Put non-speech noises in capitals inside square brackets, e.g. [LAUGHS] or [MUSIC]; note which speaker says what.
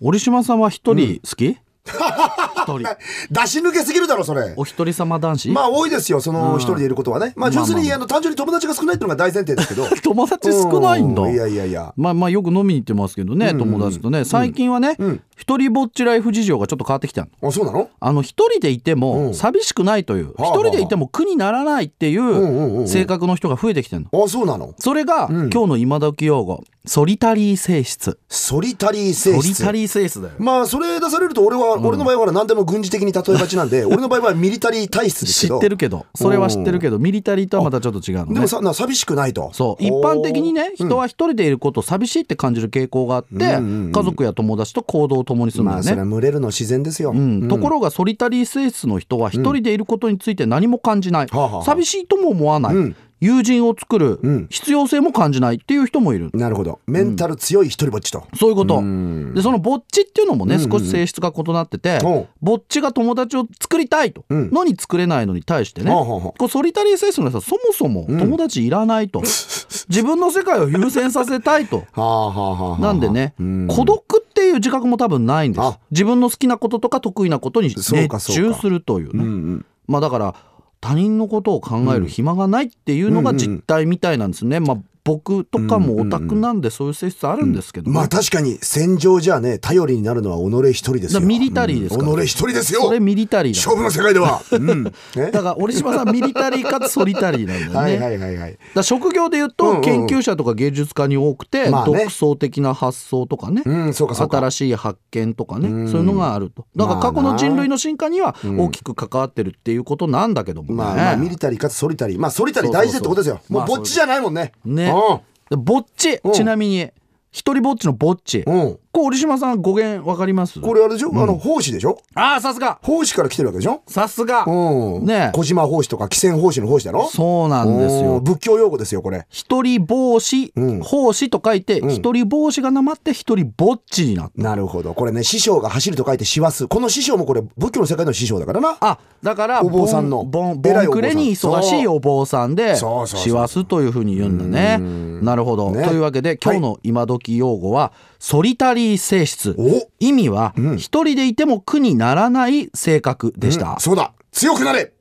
Speaker 1: 折島さんは一人好き、一人。
Speaker 2: 出し抜けすぎるだろ、それ。
Speaker 1: [LAUGHS] お一人様男子、
Speaker 2: まあ多いですよ、その一人でいることはね。まあ純粋に、
Speaker 1: ま
Speaker 2: あの、単純に友達が少ないっていうのが大前提で
Speaker 1: [LAUGHS]
Speaker 2: すけど。
Speaker 1: 友達少ないんだ。
Speaker 2: ういやいやいや。
Speaker 1: まあまあよく飲みに行ってますけどね、友達とね。最近はね、
Speaker 2: うん
Speaker 1: 一人ぼっちライフ事情がちょっと変わってきたの。
Speaker 2: あ、そうなの
Speaker 1: あの一人でいて
Speaker 2: う
Speaker 1: も
Speaker 2: ん
Speaker 1: 寂しくないという、
Speaker 2: あはあ
Speaker 1: 一人でいても苦にならないってい
Speaker 2: んうんうんう
Speaker 1: うん性格の人が増えてきてるの。
Speaker 2: あ、そうなの
Speaker 1: それが、
Speaker 2: うん
Speaker 1: 今日の今時用語、ソリタリー性質。
Speaker 2: ソリタリー性
Speaker 1: ソリ
Speaker 2: 質。
Speaker 1: タリー性質だよ。
Speaker 2: まあそれ出されると俺は、俺の場合はほら何でも軍事的に例えが
Speaker 1: [LAUGHS]
Speaker 2: ちなんで俺の場合はミリタリー体質です
Speaker 1: 知
Speaker 2: けど
Speaker 1: ってるけど、それは知ってるけど、ミリタリーとはまたちょっと違うのね。
Speaker 2: でもさな寂しくないと
Speaker 1: そう一般的にね人は一人でいることを寂しいって感じる傾向があって、
Speaker 2: うんうんうん
Speaker 1: 家族や友達と行動を共にするんだ
Speaker 2: ま
Speaker 1: よ
Speaker 2: あ
Speaker 1: ね、
Speaker 2: それは群れるの自然ですよ、
Speaker 1: うん、ところがソリタリー性質の人は一人でいることについて何も感じない、
Speaker 2: はあはあ
Speaker 1: 寂しいとも思わない、
Speaker 2: うん
Speaker 1: 友人を作る、
Speaker 2: うん
Speaker 1: 必要性も感じないっていう人もいる
Speaker 2: なるほどメンタル強い一人ぼっちと、
Speaker 1: そういうこと、
Speaker 2: うん
Speaker 1: でそのぼっちっていうのもね少し性質が異なってて、
Speaker 2: おう
Speaker 1: ぼっちが友達を作りたいと
Speaker 2: うん
Speaker 1: のに作れないのに対してね、
Speaker 2: ほうほうほう
Speaker 1: こうソリタリー性質の人はそもそも友達いらない
Speaker 2: [LAUGHS]
Speaker 1: と、自分の世界を優先させたいと。
Speaker 2: はあはあはあはあ
Speaker 1: なんでね、
Speaker 2: うん
Speaker 1: 孤独っていう自覚も多分ないんです
Speaker 2: あ
Speaker 1: 自分の好きなこととか得意なことに熱
Speaker 2: そうかそうか
Speaker 1: 中するというね
Speaker 2: うんうん
Speaker 1: まあだから他人のことを考える暇がないっていうのが実態みたいなんですね、まあ僕とかもオタクなんでそういう性質あるんですけど、
Speaker 2: まあ確かに戦場じゃね頼りになるのは己一人で
Speaker 1: だ
Speaker 2: すよ
Speaker 1: からミリタリーですから
Speaker 2: うん己一人ですよ
Speaker 1: それミリタリーだ
Speaker 2: 勝負の世界では、
Speaker 1: [LAUGHS]
Speaker 2: うん、ね
Speaker 1: だから折島さんミリタリーかつソリタリーなんだよね。
Speaker 2: はいはいはいはい
Speaker 1: だから職業で言う
Speaker 2: うんう
Speaker 1: と
Speaker 2: んうん
Speaker 1: 研究者とか芸術家に多くて、
Speaker 2: まあね
Speaker 1: 独創的な発想とかね、
Speaker 2: うんそうかそうか
Speaker 1: 新しい発見とかね、
Speaker 2: うん
Speaker 1: そういうのがあるとだから過去
Speaker 2: まあ
Speaker 1: の
Speaker 2: な
Speaker 1: 人類の進化には大きく関わってるっていうことなんだけどもね,、
Speaker 2: まあ、まあミリタリーかつソリタリーまあソリタリー大事だってことですよ
Speaker 1: そうそうそうまあ
Speaker 2: もうぼっちじゃないもんね
Speaker 1: ねでぼっち
Speaker 2: うん
Speaker 1: ちなみに一人ぼっちのぼっち
Speaker 2: うん、うん、
Speaker 1: これ折島さん語源わかります
Speaker 2: これあれでしょ、あの奉仕でしょ
Speaker 1: ああさすが
Speaker 2: 奉仕から来てるわけでしょ
Speaker 1: さすが
Speaker 2: うん
Speaker 1: ねえ
Speaker 2: 小島奉仕とか紀泉奉仕の奉仕だろ
Speaker 1: そうなんです
Speaker 2: うん
Speaker 1: よ
Speaker 2: 仏教用語ですよこれ
Speaker 1: 一人帽子、
Speaker 2: うん
Speaker 1: 奉仕と書いて、一人帽子がなまって一人ぼっちになった
Speaker 2: なるほどこれね師匠が走ると書いて師走この師匠もこれ仏教の世界の師匠だからな
Speaker 1: あだから
Speaker 2: お坊さんの
Speaker 1: ボンボンボ
Speaker 2: 偉
Speaker 1: ン
Speaker 2: いお坊さん
Speaker 1: クレに忙しいお坊さんで
Speaker 2: そうそうそうそう
Speaker 1: 師走というふうに言うんだね。なるほど、
Speaker 2: ね
Speaker 1: というわけで今日の今時用語はソリタリー性質
Speaker 2: お
Speaker 1: 意味は一人でいても苦にならない性格でした。
Speaker 2: そうだ強くなれ